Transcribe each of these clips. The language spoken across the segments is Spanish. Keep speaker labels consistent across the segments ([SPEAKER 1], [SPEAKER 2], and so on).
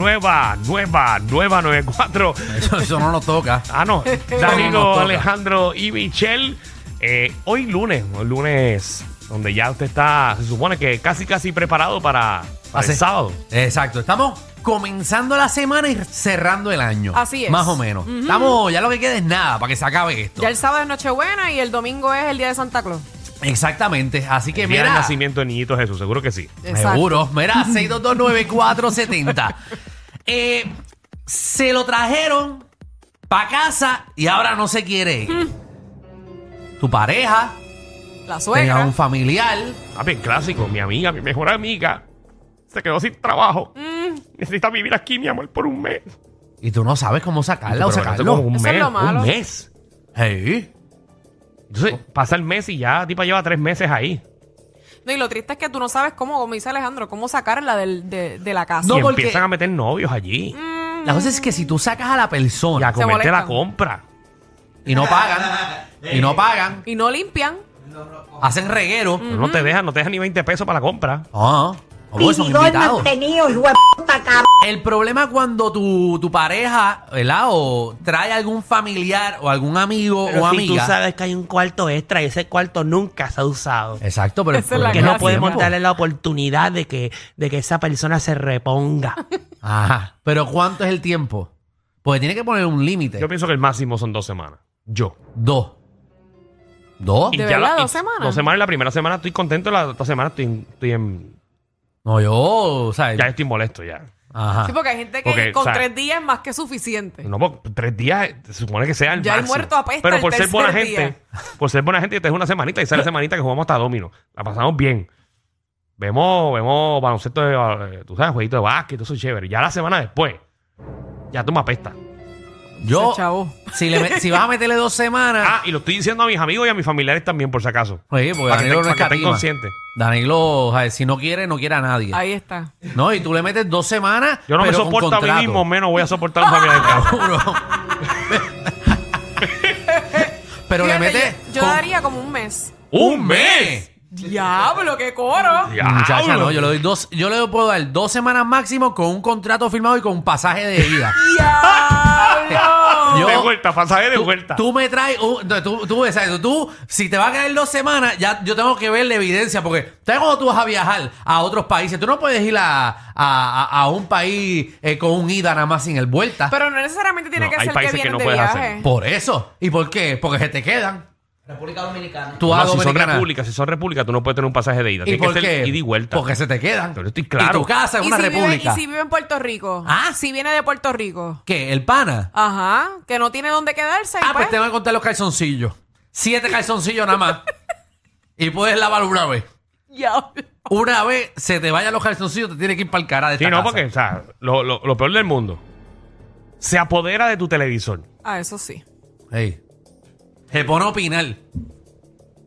[SPEAKER 1] Nueva, nueva, nueva 94.
[SPEAKER 2] Eso, eso no nos toca.
[SPEAKER 1] Ah, no.
[SPEAKER 2] nos
[SPEAKER 1] Danilo,
[SPEAKER 2] toca.
[SPEAKER 1] Alejandro y Michelle. Eh, hoy lunes, hoy lunes, donde ya usted está, se supone que casi, casi preparado para, para el
[SPEAKER 2] Hace-
[SPEAKER 1] sábado.
[SPEAKER 2] Exacto. Estamos comenzando la semana y cerrando el año.
[SPEAKER 3] Así es.
[SPEAKER 2] Más o menos. Estamos, ya lo que queda es nada para que se acabe esto.
[SPEAKER 3] Ya el sábado es Nochebuena y el domingo es el día de Santa Claus.
[SPEAKER 2] Exactamente. Así que
[SPEAKER 1] El día del
[SPEAKER 2] mira.
[SPEAKER 1] nacimiento de Niñito Jesús, seguro que sí.
[SPEAKER 3] Exacto.
[SPEAKER 2] Seguro. Mira, 6229470. eh, se lo trajeron para casa y ahora no se quiere ir. Tu pareja,
[SPEAKER 3] La
[SPEAKER 2] tenga
[SPEAKER 3] suegra.
[SPEAKER 2] un familiar.
[SPEAKER 1] Ah, bien clásico. Mi amiga, mi mejor amiga, se quedó sin trabajo. Necesita vivir aquí, mi amor, por un mes.
[SPEAKER 2] Y tú no sabes cómo sacarla
[SPEAKER 1] Pero
[SPEAKER 2] o
[SPEAKER 1] hace
[SPEAKER 2] sacarlo.
[SPEAKER 1] como un
[SPEAKER 3] Eso
[SPEAKER 1] mes,
[SPEAKER 3] es lo malo.
[SPEAKER 1] Un mes.
[SPEAKER 2] Hey.
[SPEAKER 1] Entonces, pasa el mes y ya, tipa lleva tres meses ahí.
[SPEAKER 3] No, y lo triste es que tú no sabes cómo, como dice Alejandro, cómo sacarla del- de, de la casa.
[SPEAKER 2] No,
[SPEAKER 1] y
[SPEAKER 2] porque-
[SPEAKER 1] empiezan a meter novios allí
[SPEAKER 2] La cosa es que si tú sacas a la persona
[SPEAKER 1] y a comerte la
[SPEAKER 3] molestan.
[SPEAKER 1] compra.
[SPEAKER 2] y no pagan, y no pagan,
[SPEAKER 3] Y no limpian.
[SPEAKER 2] hacen reguero.
[SPEAKER 1] Pero No te dejan, no te dejan ni 20 pesos para la compra.
[SPEAKER 2] Ah, ¿cómo son
[SPEAKER 4] Vividor
[SPEAKER 2] invitados?
[SPEAKER 4] mantenido, hijo de puta, cabrón.
[SPEAKER 2] El problema cuando tu, tu pareja, ¿verdad? O trae algún familiar o algún amigo
[SPEAKER 5] Pero
[SPEAKER 2] o
[SPEAKER 5] si
[SPEAKER 2] amiga.
[SPEAKER 5] tú sabes que hay un cuarto extra y ese cuarto nunca se ha usado.
[SPEAKER 2] Exacto, pero
[SPEAKER 3] Esa es la
[SPEAKER 2] pero-
[SPEAKER 5] Que
[SPEAKER 3] Gracias.
[SPEAKER 5] no podemos
[SPEAKER 3] Tiempo.
[SPEAKER 5] darle la oportunidad de que, de que esa persona se reponga.
[SPEAKER 2] Ajá. Pero ¿cuánto es el tiempo? Porque tiene que poner un límite.
[SPEAKER 1] Yo pienso que el máximo son dos semanas. Yo.
[SPEAKER 2] Dos. ¿Dos?
[SPEAKER 3] ¿De verdad?
[SPEAKER 1] y
[SPEAKER 3] ¿Dos semanas?
[SPEAKER 1] Dos semanas. La primera semana estoy contento, la otra semana estoy, en- estoy en...
[SPEAKER 2] No, yo, o sea,
[SPEAKER 1] Ya estoy molesto ya.
[SPEAKER 2] ajá.
[SPEAKER 3] Sí, porque hay gente que
[SPEAKER 1] Ah, Porque,
[SPEAKER 3] con
[SPEAKER 1] o sea,
[SPEAKER 3] tres días es más que suficiente.
[SPEAKER 1] No, porque tres días eh, se supone que sea el
[SPEAKER 3] Ya el
[SPEAKER 1] máximo.
[SPEAKER 3] muerto apesta
[SPEAKER 1] Pero
[SPEAKER 3] el
[SPEAKER 1] por ser
[SPEAKER 3] tercer
[SPEAKER 1] buena
[SPEAKER 3] día.
[SPEAKER 1] gente, por ser buena gente, esta es una semanita y esa es la semanita que jugamos hasta domino. La pasamos bien. Vemos, vemos baloncesto, de, eh, tú sabes, jueguito de básquet, todo eso es chévere. Ya la semana después, ya tú me apestas.
[SPEAKER 2] yo,
[SPEAKER 3] Ese chavo.
[SPEAKER 2] si, le me- si vas a meterle dos semanas.
[SPEAKER 1] Ah, y lo estoy diciendo a mis amigos y a mis familiares también, por si acaso.
[SPEAKER 2] Oye, porque
[SPEAKER 1] Para que,
[SPEAKER 2] Danilo
[SPEAKER 1] te-
[SPEAKER 2] no
[SPEAKER 1] para que estén
[SPEAKER 2] escatima.
[SPEAKER 1] conscientes.
[SPEAKER 2] Danilo, o sea, si no quiere, no quiere a nadie.
[SPEAKER 3] Ahí está.
[SPEAKER 2] No, y tú le metes dos semanas.
[SPEAKER 1] Yo no me
[SPEAKER 2] pero con
[SPEAKER 1] soporto a mí
[SPEAKER 2] contrato.
[SPEAKER 1] mismo, menos voy a soportar a un familiar.
[SPEAKER 2] Juro. Pero le
[SPEAKER 3] Fíjate,
[SPEAKER 2] metes.
[SPEAKER 3] yo- Yo,
[SPEAKER 2] con-
[SPEAKER 3] daría como un mes.
[SPEAKER 1] ¡Un mes!
[SPEAKER 3] Diablo, qué coro.
[SPEAKER 2] Muchacha,
[SPEAKER 1] Diablo.
[SPEAKER 2] no, yo le doy dos, yo le puedo dar dos semanas máximo con un contrato firmado y con un pasaje de ida.
[SPEAKER 3] Diablo.
[SPEAKER 2] Yo-
[SPEAKER 1] de vuelta, pasaje de
[SPEAKER 2] Tú,
[SPEAKER 1] vuelta.
[SPEAKER 2] tú me traes, un- no, tú, tú, exacto, tú, si te va a caer dos semanas, ya yo tengo que ver la evidencia, porque ¿sabes cuando tú vas a viajar a otros países? Tú no puedes ir a, a- a- a un país eh, con un ida nada más sin el vuelta.
[SPEAKER 3] Pero no necesariamente tiene
[SPEAKER 1] No,
[SPEAKER 3] que
[SPEAKER 1] hay
[SPEAKER 3] ser que
[SPEAKER 1] países que
[SPEAKER 3] vienen
[SPEAKER 1] no
[SPEAKER 3] de
[SPEAKER 1] puedes
[SPEAKER 3] viaje.
[SPEAKER 1] hacer.
[SPEAKER 2] Por eso. ¿Y por qué? Porque se te quedan.
[SPEAKER 5] República Dominicana.
[SPEAKER 2] Tú
[SPEAKER 1] No,
[SPEAKER 2] a
[SPEAKER 1] si son
[SPEAKER 2] Dominicana.
[SPEAKER 1] repúblicas, si son repúblicas, tú no puedes tener un pasaje de ida.
[SPEAKER 2] ¿Y
[SPEAKER 1] Tiene que
[SPEAKER 2] por
[SPEAKER 1] ser
[SPEAKER 2] qué?
[SPEAKER 1] ida y vuelta.
[SPEAKER 2] Porque se te quedan.
[SPEAKER 1] Pero estoy claro.
[SPEAKER 2] Y tu casa es
[SPEAKER 3] ¿Y
[SPEAKER 2] una
[SPEAKER 3] si
[SPEAKER 2] república.
[SPEAKER 3] Vive, y si vive en Puerto Rico.
[SPEAKER 2] Ah.
[SPEAKER 3] Si viene de Puerto Rico.
[SPEAKER 2] ¿Qué? ¿El pana?
[SPEAKER 3] Ajá. Que no tiene dónde quedarse. y
[SPEAKER 2] Ah, pues
[SPEAKER 3] pues,
[SPEAKER 2] te van a contar los calzoncillos. Siete calzoncillos nada más. y puedes lavar una vez.
[SPEAKER 3] diablo.
[SPEAKER 2] Una vez se te vayan los calzoncillos, te tienes que ir para el cara de esta
[SPEAKER 1] Sí, no,
[SPEAKER 2] casa.
[SPEAKER 1] porque, o sea, lo, lo- lo peor del mundo. Se apodera de tu televisor.
[SPEAKER 3] Ah, eso sí.
[SPEAKER 2] Ey. Se pone a opinar.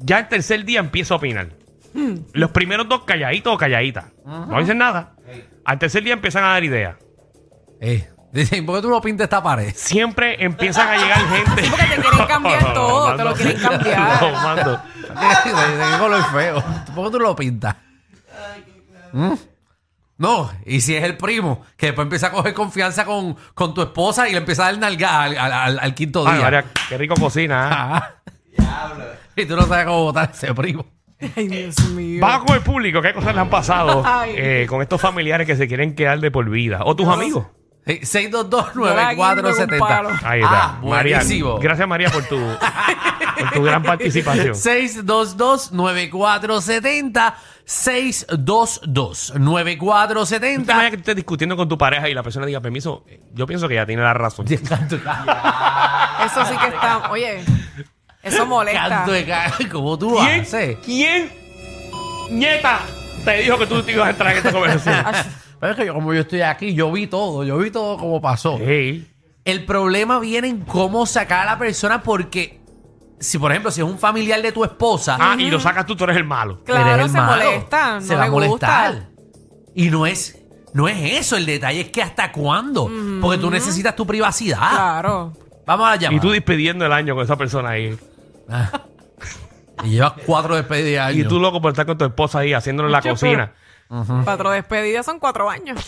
[SPEAKER 1] Ya el tercer día empiezo a opinar.
[SPEAKER 2] Hmm.
[SPEAKER 1] Los primeros dos calladitos o calladitas. No dicen nada. Al tercer día empiezan a dar ideas.
[SPEAKER 2] Ey. Dicen, ¿por qué tú no pintas esta pared?
[SPEAKER 1] Siempre empiezan a llegar gente.
[SPEAKER 3] porque te quieren cambiar
[SPEAKER 1] No, no, no,
[SPEAKER 3] todo, te lo
[SPEAKER 1] mando.
[SPEAKER 3] quieren cambiar.
[SPEAKER 1] No, mando.
[SPEAKER 2] ¿De qué color feo? ¿Por qué tú no lo pintas? ¿Mm? No, y si es el primo, que después empieza a coger confianza con, con tu esposa y le empieza a dar nalga al, al- al- al quinto
[SPEAKER 1] Ay,
[SPEAKER 2] día.
[SPEAKER 1] María, qué rico cocina. ¿eh?
[SPEAKER 2] Ajá. Y tú no sabes cómo votar ese primo. Eh,
[SPEAKER 3] Ay, Dios mío.
[SPEAKER 1] Baja con el público, qué cosas le han pasado
[SPEAKER 3] Ay.
[SPEAKER 1] eh, con estos familiares que se quieren quedar de por vida. O tus
[SPEAKER 3] No.
[SPEAKER 1] amigos.
[SPEAKER 2] Sí,
[SPEAKER 3] Yo la guinda con un
[SPEAKER 2] 622-9470.
[SPEAKER 3] palo.
[SPEAKER 1] Ahí está.
[SPEAKER 2] Ah,
[SPEAKER 1] María.
[SPEAKER 2] buenísimo.
[SPEAKER 1] Gracias, María, por tu, por tu gran participación.
[SPEAKER 2] 622-9470.
[SPEAKER 1] 70.
[SPEAKER 2] 622-9470.
[SPEAKER 1] que estés discutiendo con tu pareja y la persona diga permiso, eh, yo pienso que ya tiene la razón.
[SPEAKER 2] Ya, canto-
[SPEAKER 3] Eso sí que está. Oye, eso molesta.
[SPEAKER 2] canto de ca- ¿Cómo tú haces?
[SPEAKER 1] ¿Quién? Nieta, te dijo que tú te ibas a
[SPEAKER 2] Ah,
[SPEAKER 1] entrar en esta conversación.
[SPEAKER 2] Pero es que yo, como yo estoy aquí, yo vi todo, yo vi todo como pasó.
[SPEAKER 1] Ey,
[SPEAKER 2] El problema viene en cómo sacar a la persona porque, si por ejemplo, si es un familiar de tu esposa,
[SPEAKER 1] Ah, y lo sacas tú, tú eres el malo.
[SPEAKER 2] eres
[SPEAKER 3] Claro,
[SPEAKER 2] el
[SPEAKER 3] se
[SPEAKER 2] malo.
[SPEAKER 3] molesta.
[SPEAKER 2] se
[SPEAKER 3] no
[SPEAKER 2] va a
[SPEAKER 3] le gusta.
[SPEAKER 2] molestar. Y no es, no es eso el detalle, es que hasta cuándo. Porque tú necesitas tu privacidad.
[SPEAKER 3] Claro.
[SPEAKER 2] Vamos a la llamada.
[SPEAKER 1] Y tú despidiendo el año con esa persona ahí.
[SPEAKER 2] Ah. Y llevas cuatro despedidas.
[SPEAKER 1] Y
[SPEAKER 2] año.
[SPEAKER 1] tú loco por estar con tu esposa ahí haciéndolo en la
[SPEAKER 3] Yo,
[SPEAKER 1] cocina.
[SPEAKER 2] Ah.
[SPEAKER 3] Cuatro despedidas son cuatro años.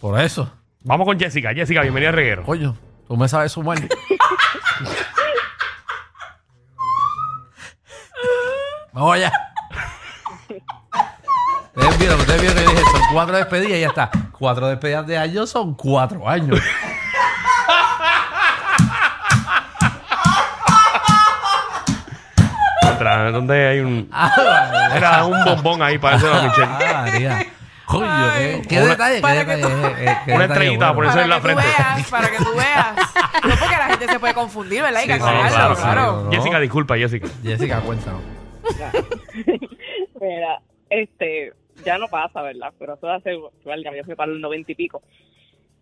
[SPEAKER 2] Por eso.
[SPEAKER 1] Vamos con Jessica. Jessica, bienvenida al reguero.
[SPEAKER 2] Coño, tú me sabes sumar. Vamos allá. Ustedes vieron, ustedes vieron que dije, son cuatro despedidas y ya está. Cuatro despedidas de año son cuatro años.
[SPEAKER 1] Atrás, donde hay un.
[SPEAKER 2] Ah,
[SPEAKER 1] Era un bombón ahí para eso a Michelle.
[SPEAKER 2] María. Coño,
[SPEAKER 3] Ay.
[SPEAKER 2] qué, qué
[SPEAKER 1] Una-
[SPEAKER 2] detalle, qué
[SPEAKER 3] Para que
[SPEAKER 2] detalle,
[SPEAKER 3] tú-
[SPEAKER 2] eh, eh, qué
[SPEAKER 1] Una
[SPEAKER 2] detalle
[SPEAKER 1] estrellita por eso.
[SPEAKER 3] para
[SPEAKER 1] en la
[SPEAKER 3] que
[SPEAKER 1] frente.
[SPEAKER 3] tú veas, para que tú veas. No porque la gente se puede confundir, ¿verdad? Hay que
[SPEAKER 2] Sí, sí,
[SPEAKER 1] claro,
[SPEAKER 3] aclararlo, claro.
[SPEAKER 1] sí.
[SPEAKER 2] No.
[SPEAKER 1] Jessica, disculpa, Jessica.
[SPEAKER 2] Jessica, cuéntanos.
[SPEAKER 4] Mira, este, ya no pasa, ¿verdad? Pero eso hace, válgame, yo me paro en noventa y pico.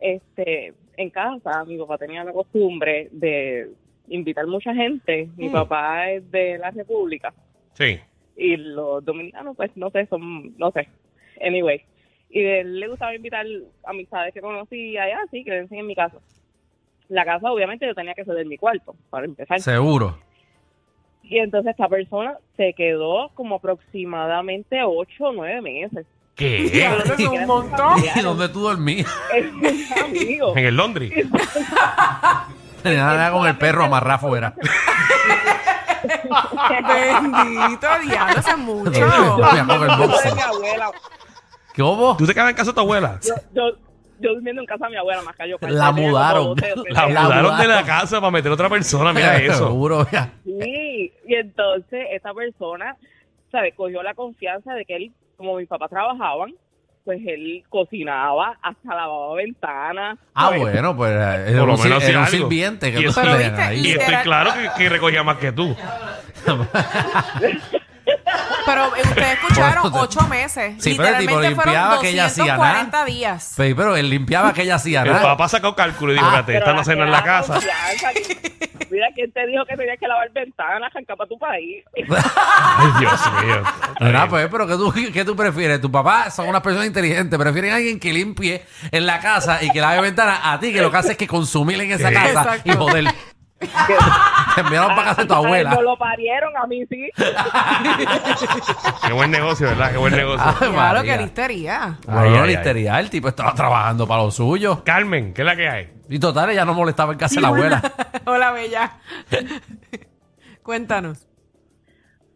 [SPEAKER 4] Este, en casa, mi papá tenía la costumbre de invitar mucha gente. Mi papá es de la República
[SPEAKER 1] Sí.
[SPEAKER 4] y los dominicanos, pues, no sé, son, no sé. Anyway, y de él le gustaba invitar amistades que conocía y así, que le enseñen en mi casa. La casa, obviamente, yo tenía que ceder mi cuarto, para empezar.
[SPEAKER 2] Seguro.
[SPEAKER 4] Y entonces esta persona se quedó como aproximadamente ocho o nueve meses.
[SPEAKER 1] ¿Qué?
[SPEAKER 3] Diablo, eso es un montón.
[SPEAKER 2] ¿Y dónde tú dormías?
[SPEAKER 4] Es un amigo.
[SPEAKER 1] En el Londres.
[SPEAKER 2] Tenía nada con el perro amarrafo, verás.
[SPEAKER 3] Bendito diablo, eso es mucho.
[SPEAKER 2] Yo dormía con el
[SPEAKER 4] Yo de
[SPEAKER 2] boxer.
[SPEAKER 4] mi abuela.
[SPEAKER 2] ¿Qué hubo?
[SPEAKER 1] ¿Tú te quedas en casa de tu abuela?
[SPEAKER 4] Yo, yo, yo durmiendo en casa de mi abuela, más cayó.
[SPEAKER 2] La mudaron.
[SPEAKER 1] La
[SPEAKER 2] La
[SPEAKER 1] mudaron de la
[SPEAKER 2] mudaron.
[SPEAKER 1] casa para meter otra persona. Mira eso.
[SPEAKER 2] Seguro, mira.
[SPEAKER 4] Sí, y entonces esta persona, ¿sabes? Cogió la confianza de que él, como mis papás trabajaban, pues él cocinaba, hasta lavaba ventanas.
[SPEAKER 2] Ah,
[SPEAKER 4] ¿sabes?
[SPEAKER 2] bueno, pues eh,
[SPEAKER 1] Por
[SPEAKER 2] era
[SPEAKER 1] lo
[SPEAKER 2] un, sir-
[SPEAKER 1] menos hacía
[SPEAKER 2] era un
[SPEAKER 1] algo.
[SPEAKER 2] sirviente.
[SPEAKER 1] Y
[SPEAKER 2] Que no
[SPEAKER 1] eso-
[SPEAKER 3] Pero
[SPEAKER 2] tenían
[SPEAKER 3] viste,
[SPEAKER 1] Y
[SPEAKER 2] ahí.
[SPEAKER 1] estoy claro que, que recogía más que tú.
[SPEAKER 3] Pero eh, ustedes escucharon
[SPEAKER 2] Por eso te-
[SPEAKER 3] ocho meses.
[SPEAKER 2] Sí, pero el tipo
[SPEAKER 3] Literalmente
[SPEAKER 2] limpiaba
[SPEAKER 3] fueron
[SPEAKER 2] que ella hacía
[SPEAKER 3] 240 días.
[SPEAKER 2] Sí, pero él limpiaba que ella hacía
[SPEAKER 1] El
[SPEAKER 2] nada.
[SPEAKER 1] papá sacó cálculo y dijo,
[SPEAKER 2] Ah,
[SPEAKER 1] espérate,
[SPEAKER 4] Pero
[SPEAKER 1] esta no
[SPEAKER 4] que
[SPEAKER 1] cena en
[SPEAKER 4] da
[SPEAKER 1] la casa.
[SPEAKER 4] confianza, que- Mira, ¿quién te dijo que tenías que lavar ventanas, arrancar para tu país?
[SPEAKER 1] Ay, Dios mío.
[SPEAKER 2] Mira, pues, pero ¿qué tú, qué tú prefieres? Tu papá son unas personas inteligentes. Prefieren a alguien que limpie en la casa y que lave ventanas a ti, que lo que hace es que consumir en esa
[SPEAKER 1] Sí.
[SPEAKER 2] casa
[SPEAKER 3] Exacto.
[SPEAKER 2] y joder. Te enviaron para casa de tu
[SPEAKER 4] A él
[SPEAKER 2] abuela.
[SPEAKER 4] No lo parieron, a mí sí.
[SPEAKER 2] pues.
[SPEAKER 1] Qué buen negocio, ¿verdad? Qué buen negocio.
[SPEAKER 2] Ay,
[SPEAKER 3] Diablo,
[SPEAKER 2] Ah, María.
[SPEAKER 3] qué listería.
[SPEAKER 2] Bueno,
[SPEAKER 1] Ay,
[SPEAKER 2] no
[SPEAKER 1] ay,
[SPEAKER 2] listería, el tipo estaba trabajando para lo suyo.
[SPEAKER 1] Carmen, ¿qué es la que hay?
[SPEAKER 2] Y total, ella no molestaba en casa de la abuela.
[SPEAKER 3] Hola, bella. Cuéntanos.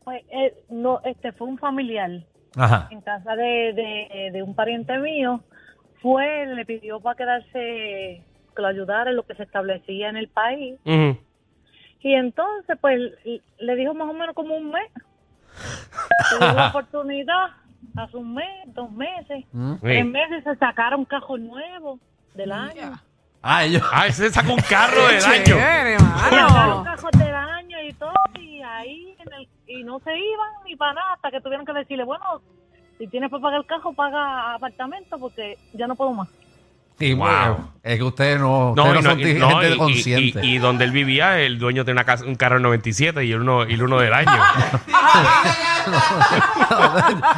[SPEAKER 6] Pues, eh, no, este fue un familiar
[SPEAKER 2] Ajá.
[SPEAKER 6] en casa de, de, de un pariente mío. Fue, le pidió para quedarse, que lo ayudara en lo que se establecía en el país.
[SPEAKER 1] Ujú.
[SPEAKER 6] Y entonces, pues, l- le dijo más o menos como un mes. Le dio la oportunidad, hace un mes, dos meses, tres
[SPEAKER 1] Sí.
[SPEAKER 6] meses se sacaron cajos nuevos del año.
[SPEAKER 2] Ah, ellos.
[SPEAKER 1] Ah, ese sacó un carro
[SPEAKER 3] Qué
[SPEAKER 1] del año.
[SPEAKER 3] chévere,
[SPEAKER 2] Pues
[SPEAKER 6] Sacaron
[SPEAKER 3] mano.
[SPEAKER 6] cajos del año y todo, y ahí, en el- y no se iban ni para nada hasta que tuvieron que decirle, bueno, si tienes para pagar el cajo, paga apartamento porque ya no puedo más.
[SPEAKER 2] Y
[SPEAKER 1] Wow.
[SPEAKER 2] bueno, es que ustedes no, ustedes no, son
[SPEAKER 1] y- no,
[SPEAKER 2] gente
[SPEAKER 1] y- y-
[SPEAKER 2] consciente.
[SPEAKER 1] Y, y donde él vivía, el dueño tenía una casa, un carro del 97 y el uno, y el uno del año.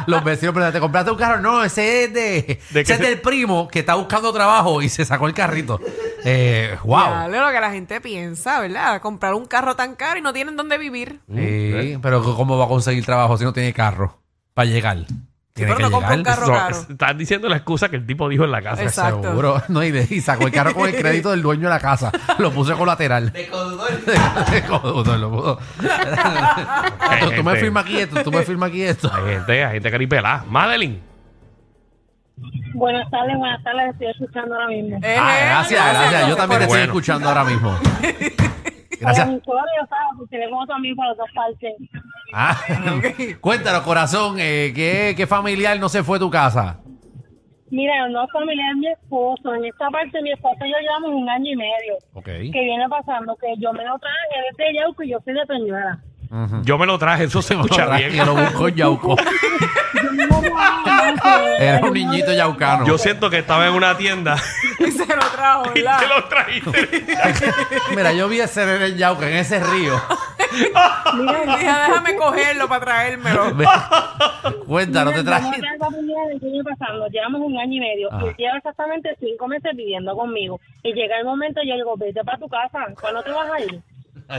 [SPEAKER 2] Los vecinos, pero te compraste un carro. No, ese es de,
[SPEAKER 1] ¿De
[SPEAKER 2] ese
[SPEAKER 1] qué
[SPEAKER 2] es
[SPEAKER 1] se-
[SPEAKER 2] del primo que está buscando trabajo y se sacó el carrito. Eh, wow.
[SPEAKER 3] Diablo, lo que la gente piensa, ¿verdad? Comprar un carro tan caro y no tienen dónde vivir.
[SPEAKER 1] Mm,
[SPEAKER 2] Sí,
[SPEAKER 1] eh.
[SPEAKER 2] pero ¿cómo va a conseguir trabajo si no tiene carro? Para llegar. Tiene
[SPEAKER 3] pero
[SPEAKER 2] que
[SPEAKER 3] no compra un
[SPEAKER 2] llegar.
[SPEAKER 3] carro caro.
[SPEAKER 1] Estás diciendo la excusa que el tipo dijo en la casa.
[SPEAKER 3] Exacto.
[SPEAKER 2] Seguro. No, y, de- y sacó el carro con el crédito del dueño de la casa. Lo puso colateral. De De codeudor, lo puso.
[SPEAKER 3] Ah.
[SPEAKER 1] Hay
[SPEAKER 2] Ah, tú, tú me
[SPEAKER 1] gente-
[SPEAKER 2] firmas aquí esto, tú me firmas aquí esto.
[SPEAKER 1] Hay gente, hay gente caripelada. Madeline.
[SPEAKER 6] Buenas tardes, buenas tardes, estoy escuchando ahora mismo.
[SPEAKER 3] Eh,
[SPEAKER 2] Ah, gracias,
[SPEAKER 3] no,
[SPEAKER 2] gracias. Yo también te
[SPEAKER 1] Bueno.
[SPEAKER 2] estoy escuchando ahora mismo. Gracias.
[SPEAKER 6] yo tenemos también para las dos partes.
[SPEAKER 2] Ah, cuéntanos, corazón, eh, ¿qué, qué familiar no se fue a tu casa?
[SPEAKER 6] Mira, no familiar mi esposo, en esta parte mi esposo y yo llevamos un año y medio.
[SPEAKER 2] Ok.
[SPEAKER 6] Eh. Que viene pasando que yo me lo traje desde Yauco y yo soy de Peñuela.
[SPEAKER 1] Yo me lo traje, eso se escucha bien.
[SPEAKER 2] Yo lo busco en Yauco. Era un niñito yaucano.
[SPEAKER 1] Yo siento que estaba en una tienda
[SPEAKER 3] Y se lo trajo,
[SPEAKER 1] y
[SPEAKER 3] ¿verdad?
[SPEAKER 1] te lo trajiste.
[SPEAKER 2] Mira, yo vi ese nene en Yauca, en ese río.
[SPEAKER 3] Dije, déjame cogerlo para traérmelo.
[SPEAKER 2] Ve, Cuéntanos, te
[SPEAKER 6] Vamos
[SPEAKER 2] traje. Ah.
[SPEAKER 6] a dar la oportunidad del año pasado. Llevamos un año y medio.
[SPEAKER 2] Ajá.
[SPEAKER 6] Y él lleva exactamente cinco meses viviendo conmigo. Y llega el momento, yo le digo, vete para tu casa. ¿Cuándo te vas a ir?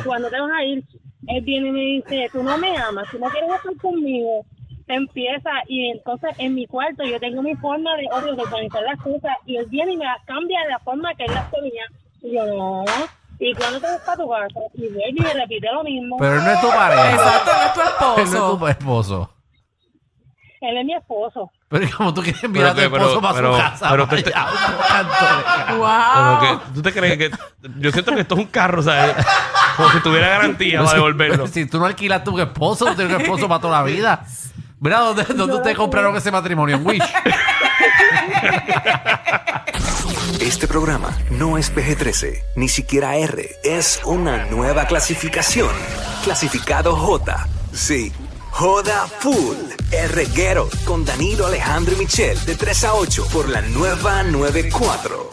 [SPEAKER 6] ¿Cuándo te vas a ir? Él viene y me dice, tú no me amas, tú no quieres estar conmigo. Empieza y entonces en mi cuarto yo tengo mi forma de, obvio, de organizar las cosas. Y él viene y me las cambia de la forma que él las tenía. Y yo, no. ¿Y cuándo te vas para tu casa? Y vuelve y me repite lo mismo.
[SPEAKER 2] Pero él no es tu pareja.
[SPEAKER 3] Exacto, no es tu
[SPEAKER 2] Él no es
[SPEAKER 3] esposo.
[SPEAKER 2] tu esposo.
[SPEAKER 6] Él es mi esposo.
[SPEAKER 2] Pero como tú quieres
[SPEAKER 1] Pero
[SPEAKER 2] enviar a tu
[SPEAKER 1] que-
[SPEAKER 2] esposo
[SPEAKER 1] pero-
[SPEAKER 2] para
[SPEAKER 1] pero-
[SPEAKER 2] su casa.
[SPEAKER 1] pero
[SPEAKER 2] vaya,
[SPEAKER 1] te-
[SPEAKER 2] tanto de-
[SPEAKER 3] Wow.
[SPEAKER 1] Pero que, ¿Tú te crees que.? Yo siento que esto es un carro, ¿sabes? Como si tuviera garantía para devolverlo.
[SPEAKER 2] Si tú no alquilas tu esposo, tú tienes un esposo para toda la vida. Mira, ¿dónde, dónde ustedes compraron ese matrimonio? En Wish.
[SPEAKER 7] Este programa no es PG-13, ni siquiera R. Es una nueva clasificación. Clasificado J. Sí. Joda Full. El reguero con Danilo Alejandro y Michel de 3 a 8 por la nueva 94.